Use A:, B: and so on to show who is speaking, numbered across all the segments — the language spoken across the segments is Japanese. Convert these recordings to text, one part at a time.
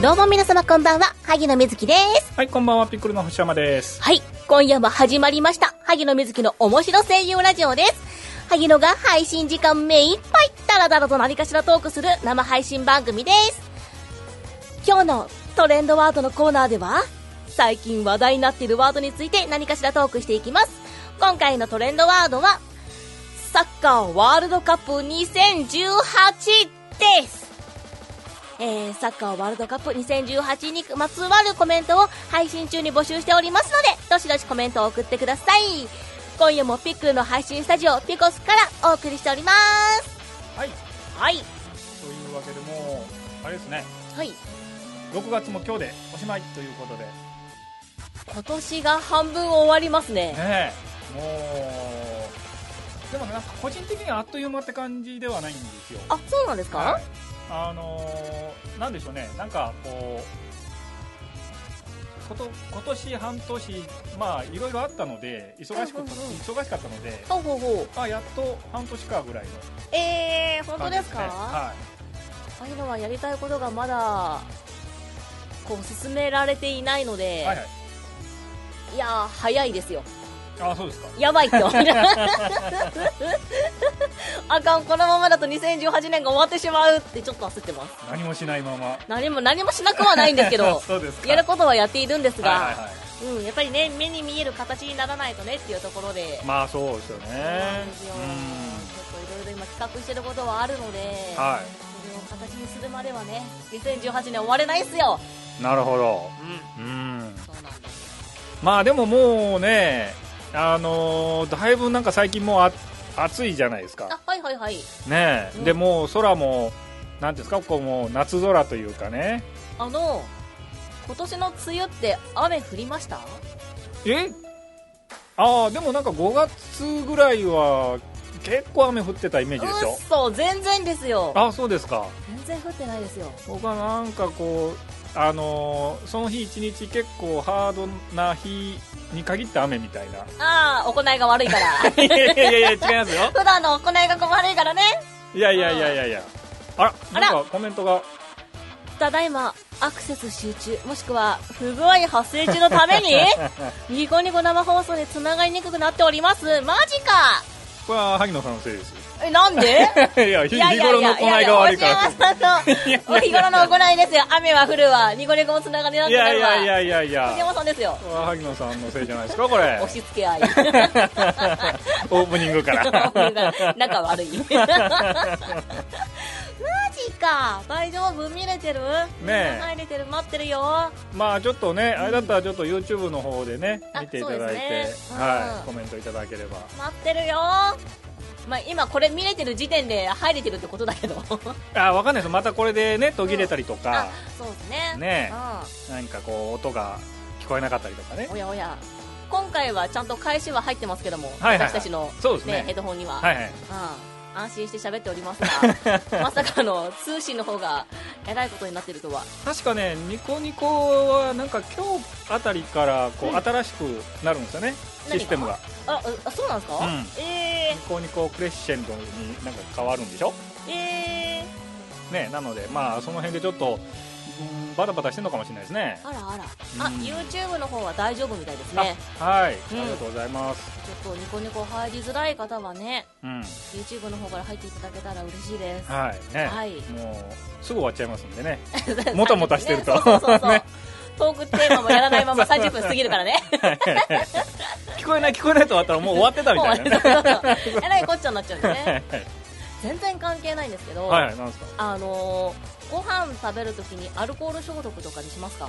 A: どうも皆様こんばんは、萩野瑞希です。
B: はい、こんばんは、ピックルの星山です。
A: はい、今夜も始まりました、萩野瑞希の面白声優ラジオです。萩野が配信時間目いっぱい、ダラダラと何かしらトークする生配信番組です。今日のトレンドワードのコーナーでは、最近話題になっているワードについて何かしらトークしていきます。今回のトレンドワードは、サッカーワールドカップ2018です。えー、サッカーワールドカップ2018にまつわるコメントを配信中に募集しておりますので、どしどしコメントを送ってください。今夜もピックルの配信スタジオピコスからお送りしております。
B: はい、
A: はい。
B: というわけでもう、あれですね、
A: はい。
B: 6月も今日でおしまいということで、
A: 今年が半分終わりますね。
B: ねえ、もう、でもね、なんか個人的にはあっという間って感じではないんですよ。
A: あ、そうなんですか、
B: はいあのー、なんでしょうね、なんかこう、こと今年半年、まあ、いろいろあったので、忙しく
A: うんうんうん
B: 忙しかったので、
A: ほうほうほう。
B: まあ、やっと半年かぐらいの
A: えー、本当
B: 感じ
A: ですか、
B: ねはい
A: ああいうのはやりたいことがまだ、こう、進められていないので、
B: はい
A: い
B: はい、
A: やー、早いですよ。
B: ああ、そうですか。
A: やばいって思いなが らあかんこのままだと2018年が終わってしまうってちょっと焦ってます
B: 何もしないまま。
A: 何も何もしなくはないんですけど
B: そうですか
A: やることはやっているんですが、
B: はいはいは
A: うん、やっぱりね目に見える形にならないとねっていうところで
B: い、まあそうですよね
A: そうなんですよち
B: う
A: ょっといろいろ今企画してることはあるので、
B: んは
A: それを形にするまではね2018年終われないっすよ、
B: いなるほど
A: うん、
B: うん
A: そうなんです
B: まあでももうねあのーだいぶなんか最近もうあ暑いじゃないですか
A: あはいはいはい
B: ねえ、
A: うん
B: でもう空もなんていうんですかここもう夏空というかね
A: あの今年の梅雨って雨降りました
B: えああでもなんか5月ぐらいは結構雨降ってたイメージです
A: う
B: よ
A: っそ全然ですよ
B: ああそうですか
A: 全然降ってないですよ
B: 僕はなんかこうあのーその日一日結構ハードな日に限って雨みたいな
A: ああ行いが悪いから
B: いやいやいや違いますよ
A: 普段の行いが悪いからね
B: いやいやいやいやいやあら
A: あら
B: なんかコメントが
A: ただいまアクセス集中もしくは不具合発生中のために ニコニコ生放送でつながりにくくなっておりますマジか
B: これは萩野さんのせいです
A: えなんで
B: いや日頃の行いが悪いか
A: いやいやお日頃の行いですよ雨は降るわニコニコもつながりな
B: ら
A: ん
B: い
A: てな
B: や
A: る
B: い
A: わ
B: やいやいやい
A: 藤
B: や
A: 山さんですよ
B: これは萩野さんのせいじゃないですかこれ
A: 押し付け合い
B: オープニングから
A: 仲悪いマジか大丈夫見れてる
B: えねえ
A: 入れてる待ってるよ
B: まあちょっとねあれだったらちょっと YouTube の方でね
A: あ
B: 見ていただい
A: そうで
B: て
A: すね
B: は
A: うん
B: いコメントいただければ
A: 待ってるよまあ今これ見れてる時点で入れてるってことだけど
B: あわかんないですまたこれでね途切れたりと
A: あ
B: か
A: そうですね
B: ねなんかこう音が聞こえなかったりとかね
A: うんおやおや今回はちゃんと返しは入ってますけども、
B: はいはいはい
A: 私たちの、
B: そうですね
A: ヘッドホンには、
B: はいはい
A: うん安心して喋っておりますが まさかの通信の方がえらいことになってるとは
B: 確かねニコニコはなんか今日あたりからこ
A: う
B: うん新しくなるんですよね、
A: 何が
B: システムが
A: ああそうなんですか、
B: う
A: え
B: ニコニコクレッシェンドになんか変わるんでしょ
A: ー、え
B: ねなのでまあその辺でちょっと、うんバタバタしてるのかもしれないですね
A: ー、あらあらあ、
B: うん
A: YouTube の方は大丈夫みたいですね
B: はい、
A: うん
B: ありがとうございます
A: ちょっとニコニコ入りづらい方はね
B: うん
A: YouTube の方から入っていただけたら嬉しいです
B: はいね、
A: はい
B: もうすぐ終わっちゃいますんでね もたもたしてると
A: ね そうそうそうそう、
B: ね
A: トークテーマもやらないまま30分過ぎるからね
B: 聞こえない聞こえないと終わったら もう終わってたみ
A: もう
B: たいなね
A: えらいこっちゃになっちゃうんで
B: は
A: ね
B: いはい
A: 全然関係ないんですけど、
B: はいはいなんですか
A: あのーご飯食べるときにアルコール消毒とかにしますか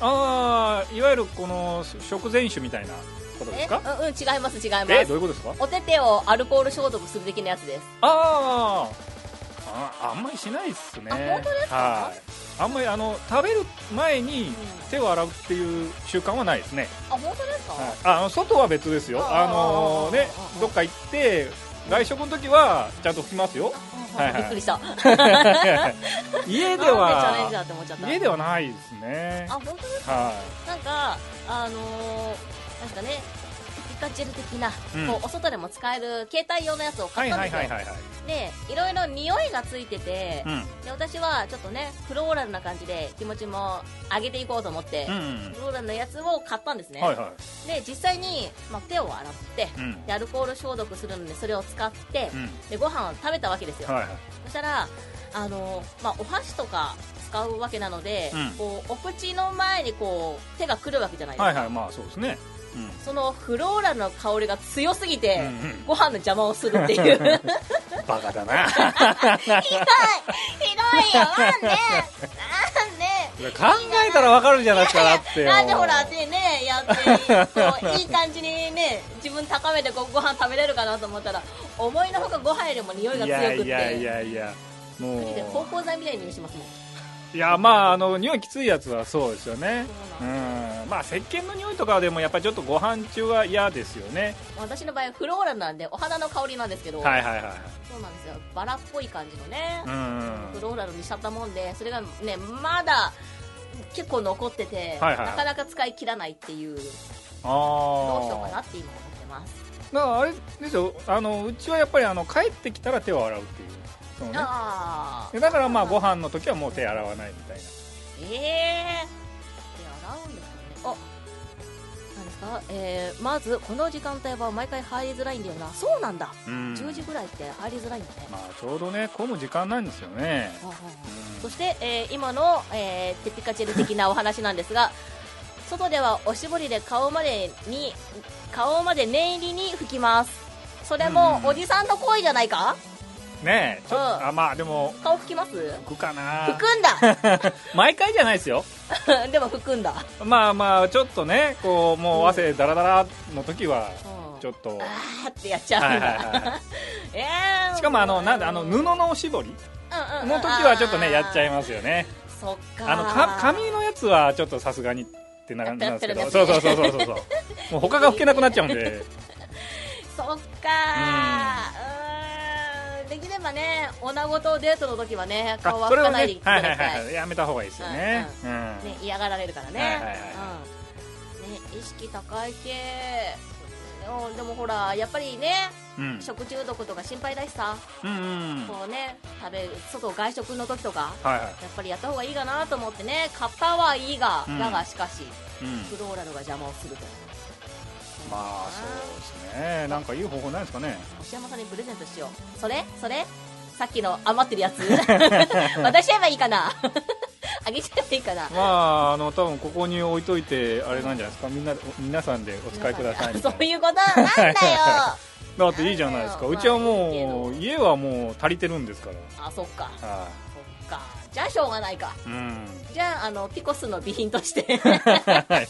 B: ああいわゆるこの食前酒みたいなことですか
A: えうん、うん、違います違いま
B: え
A: す
B: どういうことですか
A: お手手をアルコール消毒する的なやつです
B: あーああんまりしないっすね
A: あ本当ですか
B: はいあんまりあの食べる前に手を洗うっていう習慣はないですね、
A: あ本当ですか、
B: はい、ああの外は別ですよ
A: あー
B: あのね
A: あー
B: どっか行って外食の時はちゃんと拭きますよ
A: あ
B: はいは
A: び
B: い
A: っくりしたなんでチャレンジャ
B: 家で
A: ー
B: は
A: って思っちゃった
B: 家ではないですね
A: あ本当ですか
B: は
A: なんかあのー、なんですかねカジェル的な、
B: うん
A: こうお外でも使える携帯用のやつを
B: は
A: 買っ
B: い
A: たんで
B: はい
A: すよ、
B: はいはいはい
A: でいろいろ匂いがついてて、
B: うん
A: で私はちょっとねフローラルな感じで気持ちも上げていこうと思って、
B: うん
A: フローラルのやつを買ったんです
B: う
A: ね、
B: んはいは
A: で実際に、まあ、手を洗って、
B: いうん
A: でアルコール消毒するのでそれを使って、
B: うん
A: でご飯を食べたわけですよ、
B: はいはい
A: そしたらあの、まあ、お箸とか使うわけなので、
B: うん
A: こうお口の前にこう手が来るわけじゃないですか、
B: はいはいまあそうですねうん
A: そのフローラルの香りが強すぎて、
B: うんうん
A: ご飯の邪魔をするっていうひどいひどいよ
B: バカだな
A: なんでなんで
B: 考えたらわかるじゃないですかだってよ
A: なんでほらでねやってそういい感じにね自分高めてこうご飯食べれるかなと思ったら思いのほかご飯よりも匂いが強
B: い
A: く
B: や
A: って
B: いやいやいやもう
A: で芳香剤みたいに匂いしますもん
B: いやまああの匂いきついやつはそうですよね
A: そううん
B: まあ石鹸の匂いとかはでもやっぱりちょっとご飯中は嫌ですよね
A: 私の場合フローラルなんでお花の香りなんですけど、
B: はいはいはい
A: そうなんですよバラっぽい感じのね
B: う、ん
A: フローラルにしちゃったもんでそれがねまだ結構残ってて、
B: はいはい
A: なかなか使い切らないっていうどうし
B: ああ
A: ようかなって今思ってます
B: だからあれですよあのうちはやっぱりあの帰ってきたら手を洗うっていうそのね
A: ああ
B: でだからまあご飯の時はもう手洗わないみたい
A: ええー、洗うんですよねあなんですかえー、まずこの時間帯は毎回入りづらいんだよなそうなんだ、
B: な、うん
A: 10時ぐらいって入りづらいんだね、
B: まあちょうどね混む時間なんですよ
A: は
B: ね、
A: あはあはあ
B: うん
A: そして、えー今の、えーテピカチェル的なお話なんですが外ではおしぼりで顔までに顔まで念入りに拭きますそれも
B: うん
A: おじさんの行為じゃないか
B: ねえちょっと、
A: うん
B: あまあでも
A: 顔拭きます
B: 拭くかな
A: 拭くん だ
B: 毎回じゃないですよ
A: でも拭くんだ、
B: まあまあちょっとねこうもう汗だらだらの時は
A: うん
B: ちょっと、はい
A: あーってやっちゃ
B: は
A: う
B: い
A: んだ、
B: は
A: えー
B: い、しかもあのなんだあの布のおしぼり
A: うんうん
B: の時はちょっとねやっちゃい
A: ま
B: ますよね
A: すそっか
B: あのか紙のやつはちょっとさすがにってななんですけ
A: や
B: ど
A: って
B: そ
A: る
B: う
A: ね
B: そうそうそうそうそうもう他が拭けなくなっちゃうん で
A: そっかーうーんできればね女子とデートの時はね顔は
B: それ
A: 拭
B: は
A: か
B: ね
A: ないでいた
B: は
A: だ
B: い
A: き
B: は
A: た
B: い
A: い,、
B: はいやめた方がいいですよねうん、
A: ね、嫌がられるからね、
B: はいはいはい
A: うんね、意識高い系うんでもほらやっぱりね
B: うん
A: 食中毒とか心配だしさ、
B: うんうん
A: こうね食べ外外食の時とか
B: はいはい
A: やっぱりやった方がいいかなと思ってね買ったはいいが、
B: うん
A: だがしかし
B: うん
A: フローラルが邪魔をすると
B: まあそうですねなんかいい方法ないですかね
A: 星山さんにプレゼントしようそれそれさっきの余ってるや つ渡しちゃえばいいかな あげちゃえばいいかな
B: まああの多分ここに置いといてあれなんじゃないですかみんな皆さんでお使いくださいみた い
A: そう
B: な
A: いうことなんだよ
B: だっていいじゃないですか
A: なんだよ
B: うちは
A: まあ
B: もう家はもう足りてるんですから
A: あそっか
B: は
A: そっかじゃあしょうがないか
B: い、うん
A: じゃああのピコスの備品として
B: はいはい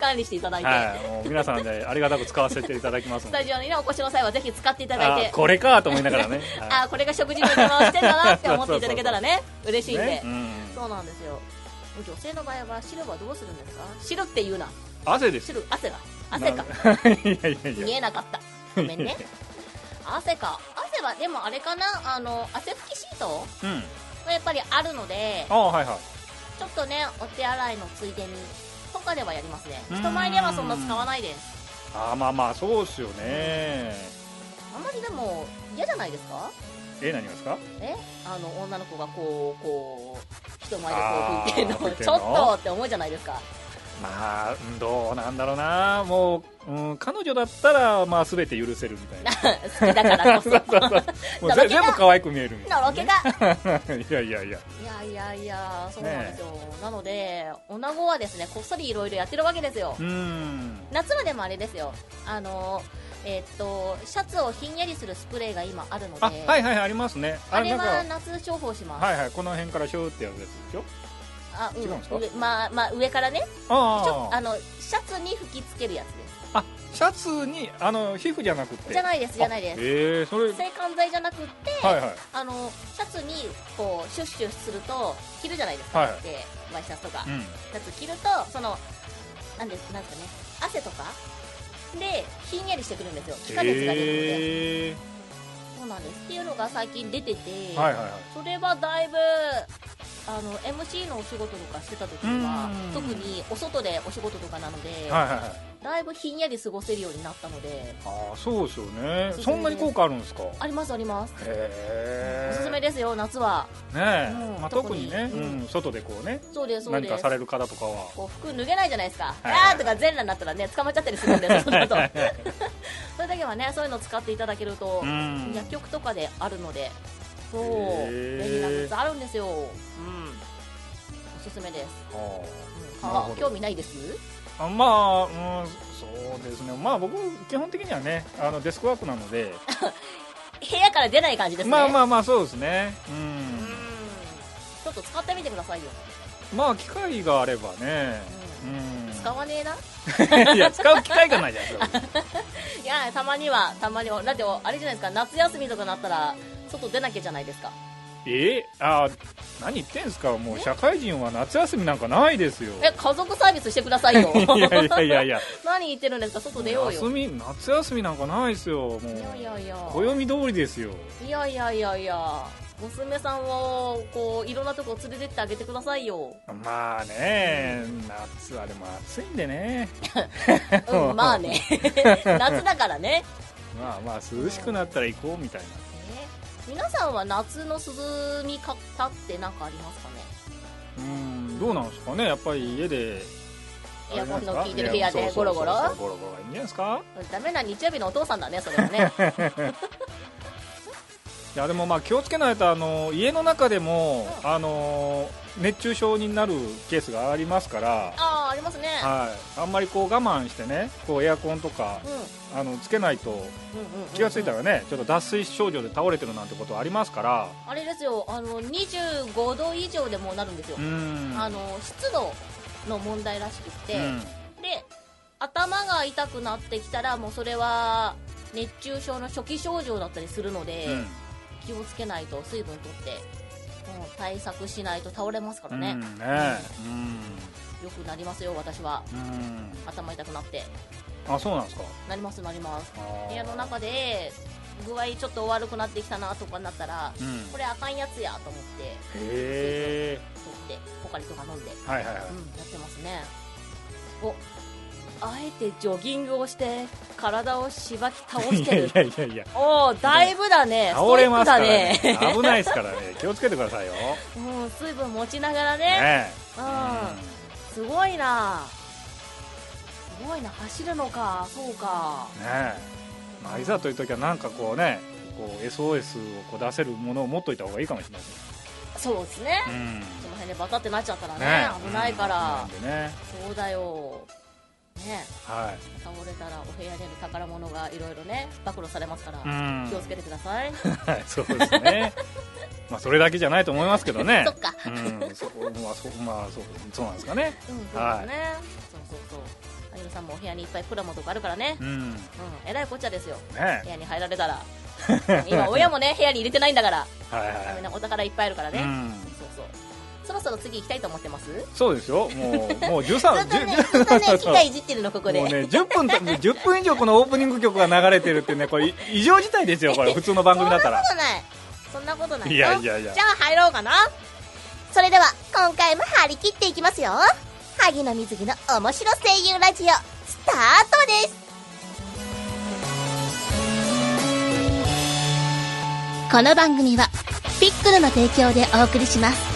A: 管理していただいて、
B: はい、もう皆さんでありがたく使わせていただきま
A: ス
B: すの
A: タ
B: で
A: ジオに、ね、お越しの際はぜひ使っていただい
B: あ
A: て
B: これかと思いながらね
A: あこれが食事の邪魔をしてんだなって思っていただけたらね嬉しいんで、
B: ねうん
A: そうなんですよ女性の場合は汁はどうするんですか汁って言うな
B: 汗です
A: 汁汗だ汗か
B: な いやいやいや
A: 見えなかったごめん ね汗か汗はでもあれかなあの汗拭きシート
B: うん
A: がやっぱりあるので
B: あはいはい
A: ちょっとねお手洗いのついでにとかではやりますね人前ではそんな使わないです
B: あまあまあそうっすよね
A: あんまりでも嫌じゃないですか
B: え何がですか
A: えあの女の子がこうこう人前でこう吹いてんの
B: あー吹いてん
A: ちょ
B: の
A: っとって思うじゃないですか
B: まあうんどうなんだろうなもう、うん、彼女だったらまあ全て許せるみたいな
A: 好きだからこ そ
B: そうそうそうも
A: の
B: う
A: ろ
B: ぜ
A: けが
B: 全部可愛く見えるみたい
A: の
B: な
A: ろ
B: ね、
A: けが
B: いやいや
A: い
B: いや
A: やいやいやそうなんですよ、なので女子はですねこっそりいろいろやってるわけですよ
B: うん
A: 夏はでもあれですよあのえっとシャツをひんやりするスプレーが今あるので
B: あはいはいありますね
A: あれ
B: な
A: は
B: ん
A: 夏重宝します、
B: かはいはいこの辺からシューってやるやつでしょ
A: あ
B: 違うんですか
A: 上まあまあ、上からねちょ
B: あ
A: あのシャツに吹きつけるやつです
B: ああシャツにあの皮膚じゃなくて
A: じゃないですじゃないです
B: ええー、それ
A: 制汗剤じゃなくって、
B: はいはい
A: あのシャツにこうシュッシュすると着るじゃないですか、
B: はいはい
A: でワイシャツとか、
B: うん
A: シャツ着るとそのなんですなんですかね汗とかでひんやりしてくるんですよ気化熱が出るので、
B: え
A: そうなんですっていうのが最近出てて、
B: ー、はいはいはい
A: それはだいぶあの MC のお仕事とかしてた時
B: う
A: は
B: ん
A: 特にお外でお仕事とかなので、
B: はいはいはい
A: だいぶひんやり過ごせるようになったので
B: ああそうですよね
A: そうそう
B: そんなに効果あるんですかへ
A: ありますあります
B: え
A: おすすめですよ夏は
B: ねえ、
A: うん
B: まあ、特にね、
A: 特にうん
B: うん外でこうね
A: そうですそう
B: 何
A: です
B: かされる方とかは
A: こう服脱げないじゃないですか、
B: はい
A: あーとか全裸になったらね捕まっちゃったりするん ですよその後それだけはねそういうの使っていただけると、
B: うん
A: 薬局とかであるのでそう
B: へー
A: 便利なグッズあるんですよ、うん、おすすめです、
B: は
A: うん
B: なるほど
A: あ興味ないです
B: ああまあ、うん、そうですねまあ僕基本的にはねあのデスクワークなので
A: 部屋から出ない感じですね
B: まあまあまあそうですねう
A: うん
B: ん
A: ちょっと使ってみてくださいよ、
B: まあ機会があればね
A: う
B: うん
A: 使わねえない
B: いや使う機会がないじゃんそれ
A: やたまにはたまにはだってあれじゃないですか夏休みとかなったら外出なきゃじゃないですか
B: えあ何言ってんすかもう社会人は夏休みなんかないですよ
A: え家族サービスしてくださいよ
B: いやいやいやいや
A: 何言ってるんですか外出ようよ
B: 休み夏休みなんかないですよもう
A: いやいやいや
B: 暦通りですよ
A: いやいやいやいや娘さんをこういろんなとこ連れてってあげてください よ、
B: まあね夏はでも暑いんでね
A: うん、まあね夏だからね
B: まあまあ涼しくなったら行こうみたいな
A: え皆さんは夏の涼み方って何かありますかね
B: うんどうなんですかねやっぱり家で
A: エアコンの効いてる
B: あ
A: 部
B: れ
A: 屋
B: なんす
A: で
B: かいや
A: ゴロゴロ
B: そうそうそうゴロゴロがいいんじゃないですか
A: ダメな日曜日のお父さんだねそれは ね
B: いやでもまあ気をつけないとあの家の中でも、あの熱中症になるケースがありますから、
A: ああありますね
B: はい、あんまりこう我慢してねこうエアコンとか
A: うんうん
B: あのつけないと
A: うんうん
B: 気がついた
A: うん
B: らねちょっと脱水症状で倒れてるなんてことはありますから
A: あれですよあの25度以上でもうなるんですよ
B: う、ん
A: あの湿度の問題らしくって、
B: うん
A: で頭が痛くなってきたらもうそれは熱中症の初期症状だったりするので、
B: うん
A: 気をつけないと水分取って、うん、対策しないと倒れますからね
B: うん、ねうん
A: よくなりますよ私は
B: うん
A: 頭痛くなって
B: あそうなんですか
A: なりますなります
B: あー
A: 部屋の中で具合ちょっと悪くなってきたなとかになったら
B: うん
A: これあかんやつやと思って
B: へえ
A: 取ってポカリとか飲んで
B: はいはいはい
A: うん、やってますねおあえてジョギングをして体をしばき倒し
B: い
A: てる
B: やいやいやいや
A: おおだいぶだね
B: 倒れますからね
A: ストイックだね
B: 危ないですからね気をつけてくださいよね
A: うん水分持ちながらね
B: え
A: うん
B: うん
A: すごいなすごいな走るのかそうか
B: ねえ、まあ、いざという時はなんかこうねこう SOS をこう出せるものを持っといた方がいいかもしれないです
A: そうですね、
B: ねうん
A: その辺でバタってなっちゃったらね
B: ねえ
A: 危ないから
B: うん、なんでね
A: そうだよね
B: は
A: 倒れたらお部屋にある宝物がいろいろね暴露されますから、
B: い、うん、
A: 気をつけてくだ さい
B: はいそうですねまあそれだけじゃないと思いますけどね
A: そっか
B: うんそこまあそ,、まあ、そうそうなんですかね
A: うん、そうですね、
B: はい
A: そうそうそう萩野さんもお部屋にいっぱいプラモとかあるからね
B: うんね
A: うんえらいこっちゃですよ
B: え
A: 部屋に入られた ら今親もね部屋に入れてないんだから
B: はいはい
A: みんなお宝いっぱいあるから
B: う
A: ね、
B: ん
A: そうそうそろそろ次行きたいと思ってますずっ
B: そうですよも うもう13
A: とね
B: 10
A: ずっ とね機械いじってるのここで、
B: もうね10分た10分以上このオープニング曲が流れてるってねこれ異常事態ですよこれ普通の番組 だったら
A: そんなことないそんなことない
B: いやいやいや
A: じゃあ入ろうかなそれでは今回も張り切っていきますよ萩野瑞希の面白声優ラジオスタートですこの番組はピックルの提供でお送りします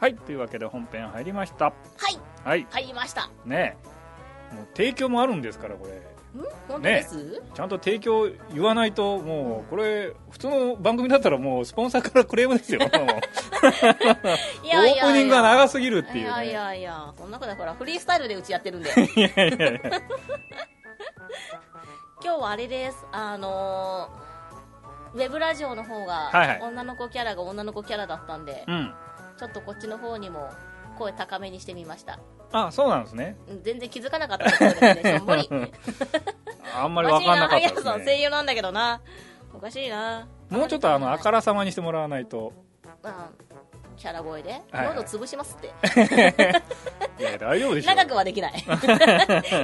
B: はいというわけで本編入りました
A: はい
B: はい
A: 入りましたん
B: ねえもう提供もあるんですからこれ
A: 本当で
B: ね
A: す、
B: ちゃんと提供言わないともうこれ普通の番組だったらもうスポンサーからクレームですよもう
A: いやいやいや
B: オープニングが長すぎるって
A: い
B: いう、ね、
A: やいやいやそんなことはほらフリースタイルでうちやってるんで
B: いやいや
A: 今日はあれですあのーウェブラジオの方が、
B: はいはい
A: 女の子キャラが女の子キャラだったんで、
B: うん
A: ちょっとこっちの方にも声高めにしてみました
B: あそうなんですね
A: うん全然気づかなかったところ ですねしょんぼり
B: あんまり分かんなかった
A: おかしいな萩野さん
B: で
A: 声
B: すね
A: 優なんだけどなおかしいな
B: もうちょっとあのあか ららさまにしてもらわないと
A: うんキャラ声で
B: はい
A: 喉潰しますって
B: いや大丈夫でしょ
A: 長くはできない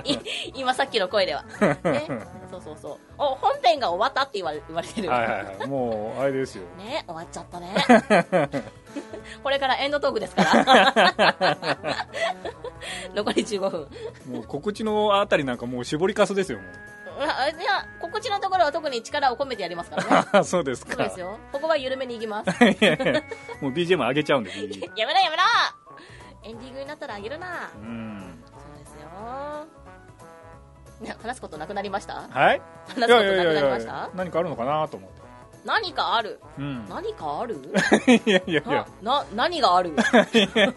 A: い今さっきの声では、 ね、そうそうそうお本編が終わったって言われ言われてる、
B: はいはいはいもうあれですよ
A: ね終わっちゃったね これからエンドトークですから 残り15分
B: もう告知のあたりなんかもう絞りかすですよもう
A: あいや告知のところは特に力を込めてやりますからね
B: あそうですか
A: そうですよここは緩めにいきます
B: いやいやもう BGM 上げちゃうんで BGM
A: やめろやめろエンディングになったらあげるな
B: うん
A: そうですよね話すことなくなりました
B: はい
A: 話すことなくなりま
B: い
A: した
B: 何かあるのかなと思って
A: 何かある
B: うん
A: 何かある
B: いやいやい
A: な
B: や
A: な何があ る
B: いやいやい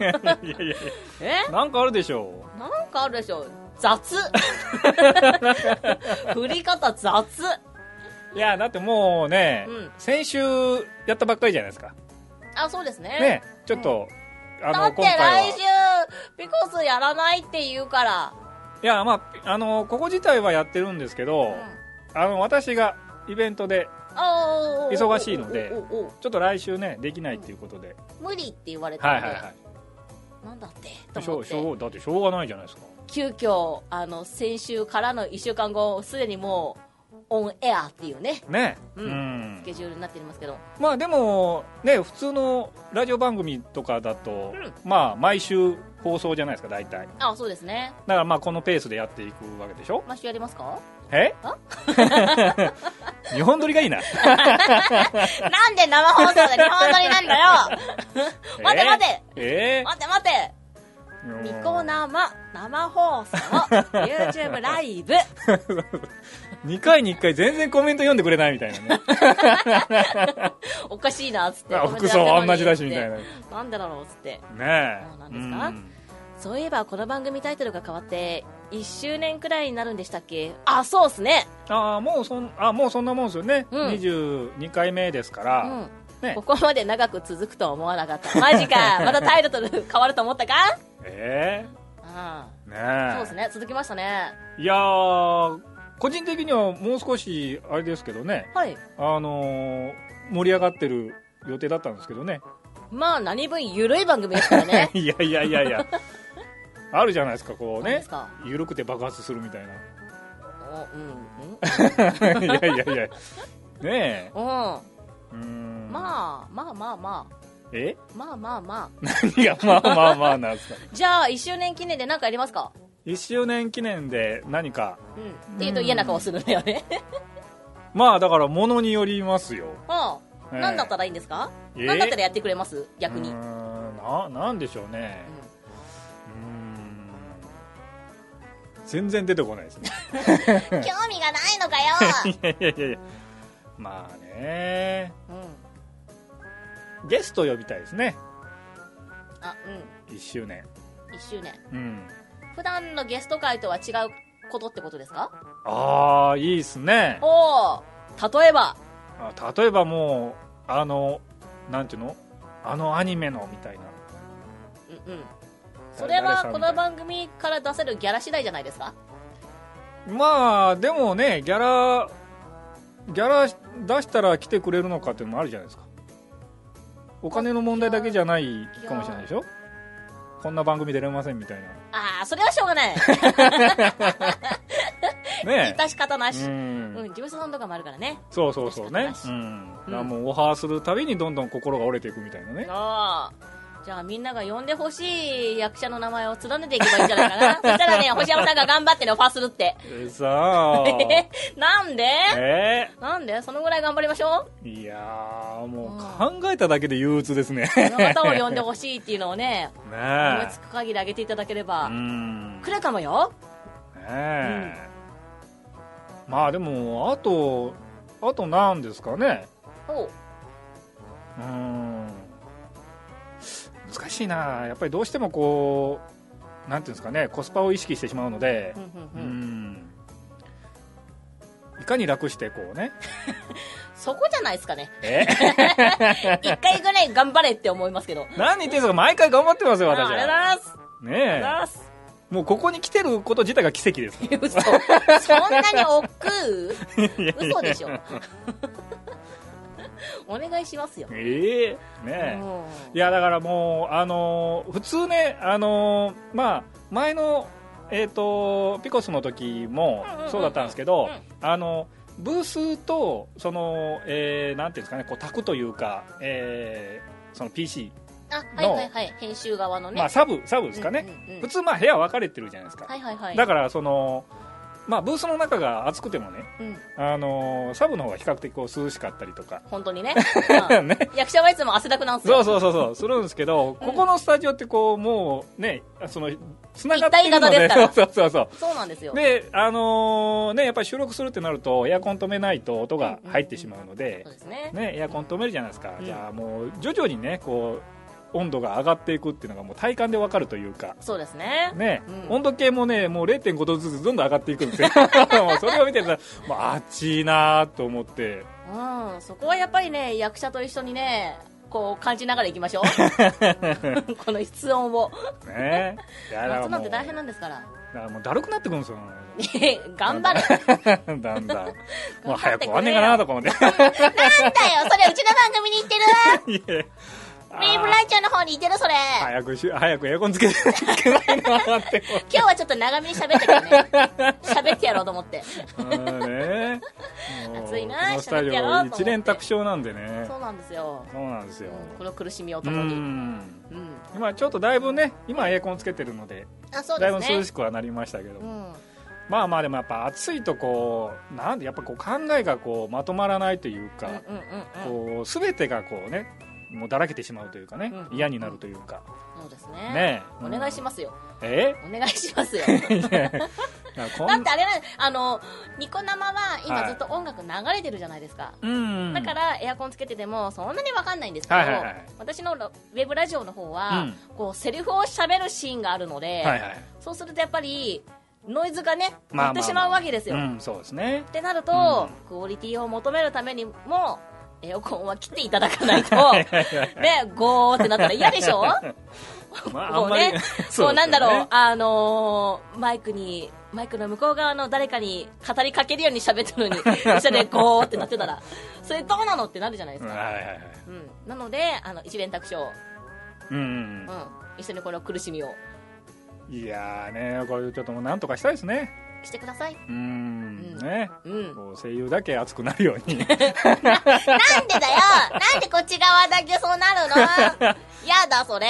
A: え
B: やなんかあるでしょ
A: なんかあるでしょ 雑振り方雑
B: ういやだってもうね、
A: うん
B: 先週やったばっかりじゃないですか
A: あそうですね
B: ねちょっと、あ
A: だ
B: の
A: って
B: 今回
A: 来
B: は
A: 週ピコスやらないって言うから、
B: いやまああのここ自体はやってるんですけど、
A: うん
B: あの私がイベントで
A: あー
B: 忙しいので
A: おおおお
B: ちょっと来週ねできないっていうことで、
A: 無理って言われた
B: はい
A: ので、
B: はいはい
A: なんだってと
B: しょ
A: 思っ
B: うしょ
A: て
B: うだってしょうがないじゃないですか
A: 急遽あの先週からの1週間後すでにもうオンエアっていうね
B: ね
A: う
B: うんん、
A: スケジュールになっていますけど
B: まあでもね普通のラジオ番組とかだと、
A: うん
B: まあ毎週放送じゃないですか大体だか
A: あそうですね
B: らまあこのペースでやっていくわけでしょ
A: 毎週やります か
B: え日本撮りがいいな
A: なんで生放送で日本撮りなんだよ 待て待て
B: え
A: 待って待って
B: えー
A: ニコ生生放送 YouTube ライブ
B: 2回に1回全然コメント読んでくれないみたいなね
A: おか しいなっつって
B: あ服装は同じだしみた
A: な
B: いな
A: なんでだろうっつって
B: ねえ
A: そうなんですかそういえばこの番組タイトルが変わって1周年くらいになるんでしたっけあそうっすね
B: ああもうそんあもうそんなもんですよね、
A: うん
B: 22回目ですか
A: う
B: ら、
A: ん
B: ね
A: ここまで長く続くとは思わなかったマジかまたタイトル変わると思ったか
B: え
A: あ
B: え
A: あ
B: ねえ
A: そうですね続きましたね
B: いやー個人的にはもう少しあれですけどね
A: はい
B: あのー盛り上がってる予定だったんですけどね
A: まあ何分ゆるい番組ですからね
B: いやいやいやいやあるじゃないですかこ
A: 何
B: う
A: で
B: ね
A: すか
B: 緩くて爆発するみたいな
A: おうんうん
B: いやいやいやねえ
A: うん
B: うーん
A: まあまあまあまあ
B: え
A: まあまあまあ
B: いやまあまあまあなんですか
A: じゃあ1周年記念で何かやりますか
B: 1周年記念で何か
A: うんっていうと嫌な顔するんだよね
B: まあだからものによりますよ
A: うん
B: ええ
A: 何だったらいいんですか
B: え
A: 何だったらやってくれます逆に
B: うー
A: うん
B: んななんでしょうねうーん全然出てこないですね
A: 興味がないのかよ
B: いやいやいやいやまあね
A: うん
B: ゲスト呼びたいですね
A: あ
B: 1周年
A: うん1周年
B: うん
A: 普段のゲスト会とは違うことってことですか
B: ああいいっすね
A: おお例えば
B: あ例えばもうあのなんていうのあのアニメのみたいな
A: うんうんそれはこの
B: 誰さん
A: 番組から出せるギャラ次第じゃないですか
B: みたいなまあでもねギャラギャラ出したら来てくれるのかっていうのもあるじゃないですかお金の問題だけじゃないかもしれないでしょこんな番組出れませんみたいな
A: ああそれはしょうが ない
B: ね
A: 致し方なし
B: う
A: うん
B: ん、
A: 事務所さんとかもあるからね
B: そうそうそうね、
A: 確
B: う
A: か
B: ん、だからもうオファーするたびにどんどん心が折れていくみたいなね、
A: ああじゃあみんなが呼んでほしい役者の名前を連ねていけばいいんじゃないかな そしたらね星山さんが頑張ってねオファーするって
B: えさあ
A: なんで
B: え
A: なんでそのぐらい頑張りましょ
B: ーいやーもう考えただけで憂 鬱ですね
A: うこの方を呼んでほしいっていうのをね
B: ね
A: 思い
B: え
A: つく限り上げていただけれ
B: う
A: ば
B: ん
A: 来るかもよ
B: ねえ、まあでもあとあとなんですかね
A: おう
B: うーん難しいなやっぱりどうしてもこうなんていうんですかねコスパを意識してしまうので
A: ふんふん
B: う
A: ふ
B: ん
A: ん
B: いかに楽してこうね
A: そこじゃないですか ね
B: え
A: 一回ぐらい頑張れって思いますけど
B: 何言ってんすか毎回頑張ってますよ
A: あ
B: 私
A: あり
B: は
A: がとうございますあり
B: ね
A: がとう
B: えもうここに来てること自体が奇跡です
A: ござい ます嘘そんなに億劫嘘でしょ お願いしますよ。
B: ええねえ
A: もう
B: いやだからもうあのー普通ねあのーまあ前のえっ、とピコスの時も
A: うんうんうん
B: そうだったんですけど、
A: うん
B: あのブースとその、えーなんていうんですかねこう卓というか、えーその PC、
A: あ、はいはいはい。編集側のね。
B: まあサブサブですかね、
A: うんうんうん
B: 普通まあ部屋分かれてるじゃないですか、
A: はいはいはい。
B: だからそのまあブースの中が暑くてもね
A: うん。
B: あのーサブの方が比較的こう涼しかったりとか
A: 本当にね。うん
B: ね
A: 役者はいつも汗だくなんす
B: そ
A: よ。
B: うそうそうそうするんですけど、
A: うん
B: ここのスタジオってこうもうねそのつながっているの
A: 一体型で
B: です
A: から
B: そうそうそうそ
A: そうなんですよ
B: う。であのーねやっぱり収録するってなるとエアコン止めないと音が入ってしまうので
A: そう、ですね。
B: ね、エアコン止めるじゃないですか、
A: うん
B: じゃあもう徐々にねこう温度が上がっていくっていうのがもう体感でわかるというか
A: そうですね。
B: ね、
A: うん
B: 温度計もねもう0.5度ずつどんどん上がっていくん ですよもうそれを見てるともう暑いなと思って
A: うん。そこはやっぱりね、役者と一緒にね、こう感じながら行きましょ う。この室温を。
B: ねいやだから
A: 夏
B: も
A: な
B: うん
A: て大変なんですから。
B: だからもうだるくなってくるんですよ
A: 頑 張れ。
B: だんだん。もう早く終わんねえかなとか 思って。
A: なんだよ、それうちの番組に行ってる
B: いえ
A: ウェーブライチャーの方に行ってる、それ。
B: あー早くし、早くエアコンつけていけないなって
A: 今日はちょっと長めに喋ったけどね。 喋ってやろうと思って。
B: 思う。うんねもう
A: 暑いな
B: このスタジ
A: 一緒にやろうと
B: オ
A: 思って
B: 一連卓勝なんでね。
A: そうなんですよ。
B: そうなんですよ。
A: うんこの苦しみを
B: う
A: 共に。う
B: ん。
A: ん。
B: 今ちょっとだいぶね、今エアコンつけてるので、
A: あ、そう
B: だい
A: で
B: ぶ
A: すね
B: 涼。しくはなりましたけど
A: う、ん。
B: まあまあでもやっぱ暑いとこう、なんでやっぱこう考えがこうまとまらないというか、
A: うんうんうんうん。
B: こう全てがこうね、もうだらけてしまうというかね、
A: うん
B: 嫌になるというか、
A: そうですね。
B: ねえ
A: お願いしますよ。
B: え
A: お願いしますよ。
B: いやだからこん
A: だってあれなんあの、ニコ生は今
B: はい
A: ずっと音楽流れてるじゃないですか。
B: うん
A: だからエアコンつけててもそんなにわかんないんですけど、
B: はいはいはい
A: 私のロウェブラジオの方は、
B: うん
A: こうセリフを喋るシーンがあるので、
B: はいはい
A: そうするとやっぱりノイズがね乗
B: まあまあまあ
A: ってしまうわけですよ。
B: うんそうですね
A: ってなると、
B: う
A: クオリティを求めるためにもエアコンは切っていただかないとねゴーってなったら嫌でしょ
B: ま
A: こうね こう
B: そですよね
A: なんだろう、あのーマイクにマイクの向こう側の誰かに語りかけるように喋ってる のに一緒でゴーってなってたらそれどうなのってなるじゃないで
B: うん
A: す
B: はい
A: か、
B: はいはい
A: うんなのであの一連卓章、
B: うん
A: うん
B: うん、
A: 一緒にこの苦しみを
B: いやーねこれちょっともうなんとかしたいですね
A: してください、
B: う
A: うん
B: んね
A: うん、
B: こう声優だけ熱くなるように
A: なんでだよなんでこっち側だけそうなるの やだそれ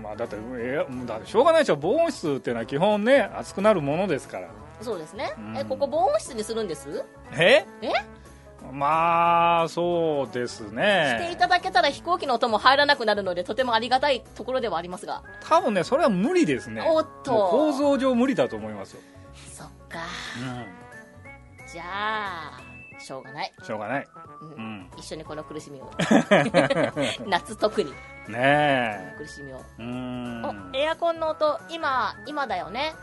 B: まあだってえーもうだってしょうがないでしょ防音室っていうのは基本ね熱くなるものですから
A: そうですね、
B: うん
A: えここ防音室にするんです、
B: え
A: え
B: まあそうです
A: してい
B: ね
A: ただけたら飛行機の音も入らなくなるのでとてもありがたいところではありますが
B: 多分ねそれは無理ですね
A: おっと
B: もう構造上無理だと思いますよ、
A: そっか
B: う
A: じゃあしょうがない、
B: ん、しょうがない、
A: うん
B: うん、
A: 一緒にこの苦し みを夏特にこの
B: ね
A: 苦しみを、
B: えうーん
A: おエアコンの音今今だよね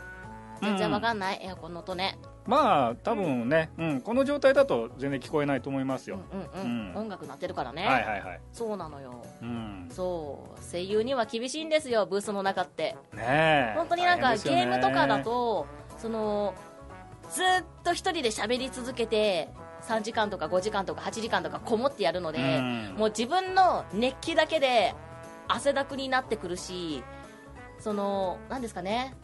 A: 全然わかんない、エアコンの音ね
B: まあ多分ね、うん、この状態だと全然聞こえないと思います
A: うん
B: よ、
A: うんうん、
B: うん
A: 音楽鳴ってるからね、
B: はいはいはい、
A: そうなのよ
B: うん、
A: そう声優には厳しいんですよブースの中って
B: ねえ
A: 本当になんか、
B: 大変です
A: ゲ
B: よね
A: ームとかだとそのずっと一人で喋り続けて3時間とか5時間とか8時間とかこもってやるの
B: う
A: で、
B: ん
A: もう自分の熱気だけで汗だくになってくるしその何ですかね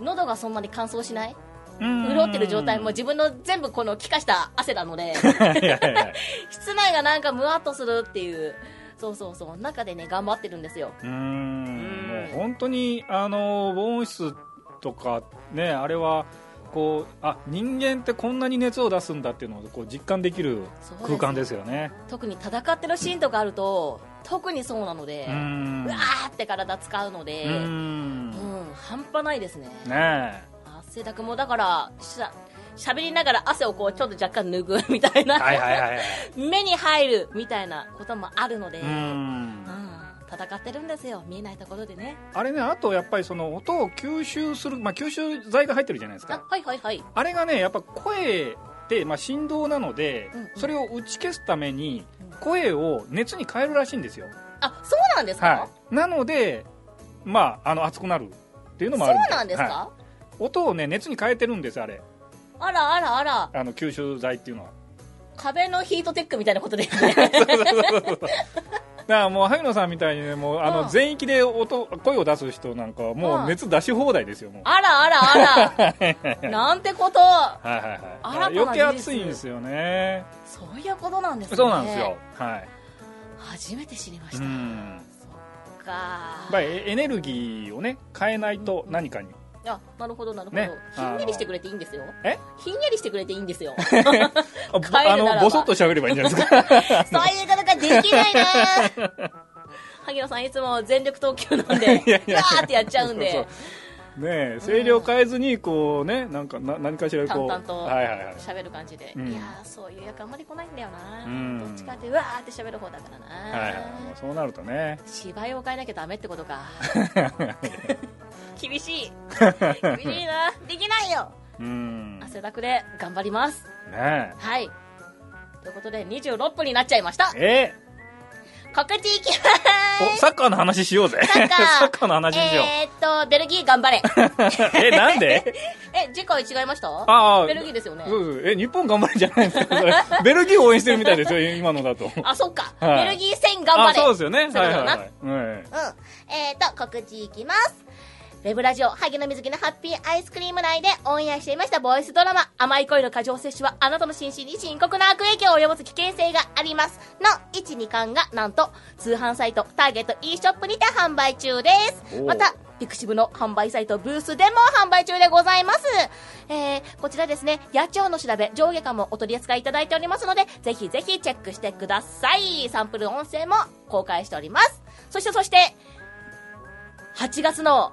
A: 喉がそんなに乾燥しない潤ってる状態も自分の全部この気化した汗なの で
B: はいはいはい
A: 室内がなんかムワっとするっていうそうそうそう中でね頑張ってるんですよ
B: うーんもう本当にあの防音室とかねあれはこうあ人間ってこんなに熱を出すんだっていうのをこう実感できる空間ですよね
A: 特に戦ってるシーンとかあると特にそうなので
B: うーん
A: うわーって体使うので
B: うーん
A: うん半端ないですね
B: ね
A: 汗だくもだからしゃ喋りながら汗をこうちょっと若干脱ぐみたい
B: え
A: な、
B: はいはいはいはい
A: 目に入るみたいなこともあるので、
B: うー
A: うん、
B: ん
A: 戦ってるんですよ見えないところでね
B: あれねあとやっぱりその音を吸収する、まあ、吸収剤が入ってるじゃないです
A: あ
B: か
A: はいはいはい
B: あれがねやっぱ声で、まあ、振動なので、
A: うんうん
B: それを打ち消すために
A: うん
B: 声を熱に変えるらしいんですよ、
A: あそうなんですか、
B: はい、なのでまああの熱くなるっていうのも
A: そ
B: あ
A: う
B: るみたい
A: なんですか、
B: はい音をね熱に変えてるんですあれ
A: あらあらあら
B: あの吸収剤っていうのは
A: 壁のヒートテックみたいなことです ね
B: だからもう萩野さんみたいにねもうあ
A: うん
B: の全域で音声を出す人なんかはも
A: うん
B: う熱出し放題ですよもう
A: あらあらあら なんてこと
B: はいはい
A: 新たな
B: はい余計熱いんですよね
A: そういうことなんですね
B: そうなんですよはい
A: 初めて知りまし
B: う
A: た、
B: ん
A: そっか
B: やっぱりエエネルギーをね変えないと何かに
A: あなるほどなるほど、
B: ね
A: ひんやりしてくれていいんですよ
B: え
A: ひんやりしてくれていいん ですよ
B: あぼ
A: 変え
B: あ
A: るならば
B: のボソッと喋ればいいんじゃない ですか
A: そういうことができないなぁ萩野さんいつも全力投球なんで
B: いやいや
A: ガーってやっちゃうんで
B: そうそうねえ声量変えずにこうねなんかな何かしらこ
A: 淡
B: う
A: 々と
B: はいはいはい
A: 喋る感じで、
B: うん
A: いやーそういう役あんまり来ないんだよな、
B: うん
A: どっちかってうわーって喋る方だからな、
B: はいはいもうそうなるとね
A: 芝居を変えなきゃダメってこと か厳しい厳しいなできないよ
B: うんね
A: 汗だくで頑張ります
B: え
A: はいということで26分になっちゃいました
B: え
A: 告知いき
B: ー
A: ま
B: お
A: す
B: サッカーの話しようぜ
A: サッカー
B: サッカーの話しよ
A: えー、っとベルギー頑張れ
B: うえなんで
A: え次回違いました
B: ああ
A: ベルギーですよね
B: そうそうえ日本頑張れじゃないですかそ れベルギー応援してるみたいですよ今のだと
A: あそっか、
B: はい
A: ベルギー戦頑張れ
B: あそうですよね
A: そういう
B: はい
A: こと
B: はい
A: だな
B: はい、うん
A: うん。えーと、告知いきます。ウェブラジオ、萩野瑞希のハッピーアイスクリーム内でオンエアしていましたボイスドラマ、甘い恋の過剰摂取はあなたの心身に深刻な悪影響を及ぼす危険性があります。の1、2巻が、なんと、通販サイト、ターゲット e ショップにて販売中です。
B: おう
A: また、ピクシブの販売サイトブースでも販売中でございます。えー、こちらですね、野鳥の調べ、上下巻もお取り扱いいただいておりますので、ぜひぜひチェックしてください。サンプル音声も公開しております。そしてそして、8月の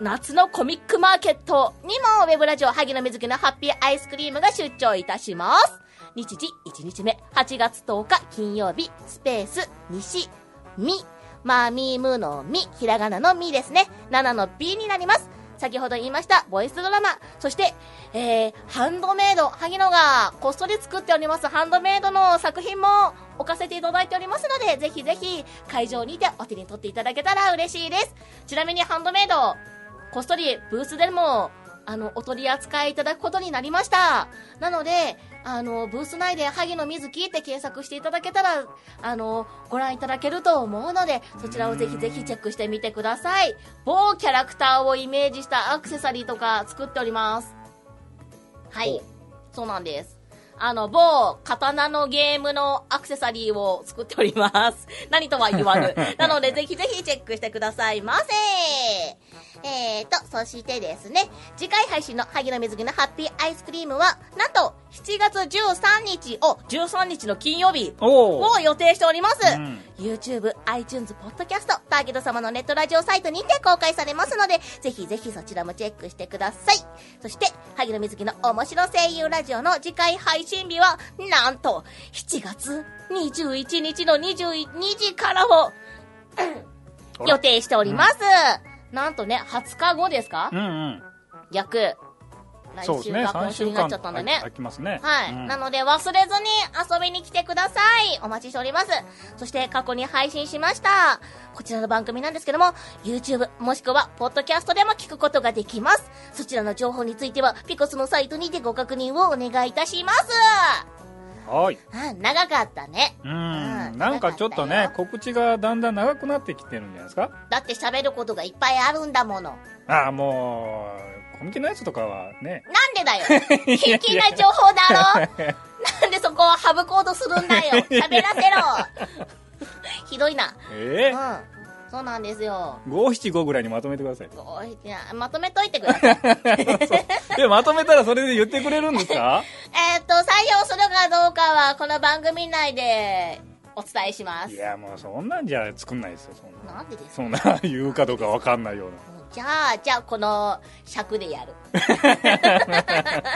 A: 夏のコミックマーケットにもウェブラジオ萩野瑞希のハッピーアイスクリームが出張いたします。日時1日目8月10日金曜日スペース西みまみむのみひらがなのみですね7の B になります先ほど言いましたボイスドラマそして、えー、ハンドメイド萩野がこっそり作っておりますハンドメイドの作品も置かせていただいておりますのでぜひぜひ会場にてお手に取っていただけたら嬉しいですちなみにハンドメイドこっそりブースでもあのお取り扱いいただくことになりましたなのであのブース内で萩野瑞希って検索していただけたらあのご覧いただけると思うのでそちらをぜひぜひチェックしてみてください某キャラクターをイメージしたアクセサリーとか作っておりますはいそうなんですあの某刀のゲームのアクセサリーを作っております何とは言わぬなのでぜひぜひチェックしてくださいませえーと、そしてですね、次回配信の萩野水着のハッピーアイスクリームは、なんと、7月13日を、13日の金曜日
B: おお
A: を予定しております。
B: うん
A: YouTube、iTunes、Podcast、ターゲット様のネットラジオサイトにて公開されますので、ぜひぜひそちらもチェックしてください。そして、萩野瑞希の面白声優ラジオの次回配信日は、なんと、7月21日の22時からを、
B: ほら
A: 予定しております。なんとね、20日後ですか
B: うんうん
A: 約。来
B: そうです
A: 週
B: ね
A: が
B: 3
A: 今週
B: 週
A: にな
B: 間
A: っちゃったんだ
B: あ
A: ね
B: 空。きますね
A: はい、
B: うん
A: なので忘れずに遊びに来てくださいお待ちしておりますそして過去に配信しましたこちらの番組なんですけども YouTube もしくはポッドキャストでも聞くことができますそちらの情報についてはピコスのサイトにてご確認をお願いいたします
B: はい
A: あ長かったね
B: うん
A: うん
B: なんかちょっと
A: よか
B: ね
A: った
B: 告知がだんだん長くなってきてるんじゃないですか
A: だって喋ることがいっぱいあるんだものなん
B: ああもうコミケのやつとかはね
A: でだよ聞きな情報だろなんでそこを省こうとするんだよ喋らせろひどいな
B: ええ
A: うんそうなんですよ
B: 五七五ぐらいにまとめてください。
A: おいいやまとめといてください
B: で、まとめたらそれで言ってくれるんです か
A: えーっと採用するかどうかはこの番組内でお伝えしま
B: い
A: す
B: や、もうそんなんじゃ作んないですよ、そんな。
A: なんでですか
B: そんな言うかどうかわかんないような。
A: じゃあじゃあこの尺でやるは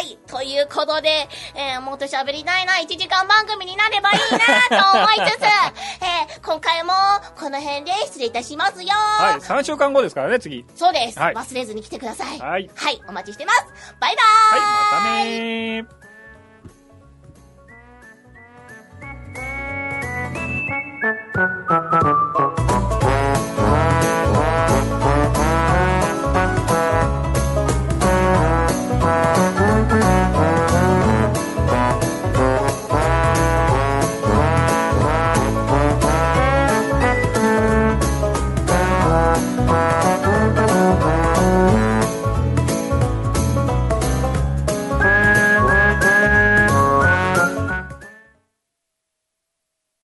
A: いということで、えーもっと喋りたいな1時間番組になればいいなと思いつ つ、えー今回もこの辺で失礼いたしますよ、
B: はい、3週間後ですからね、次。
A: そうです、
B: はい
A: 忘れずに来てください
B: はい
A: はい、お待ちしてますバイバーイ、
B: はい、またねー。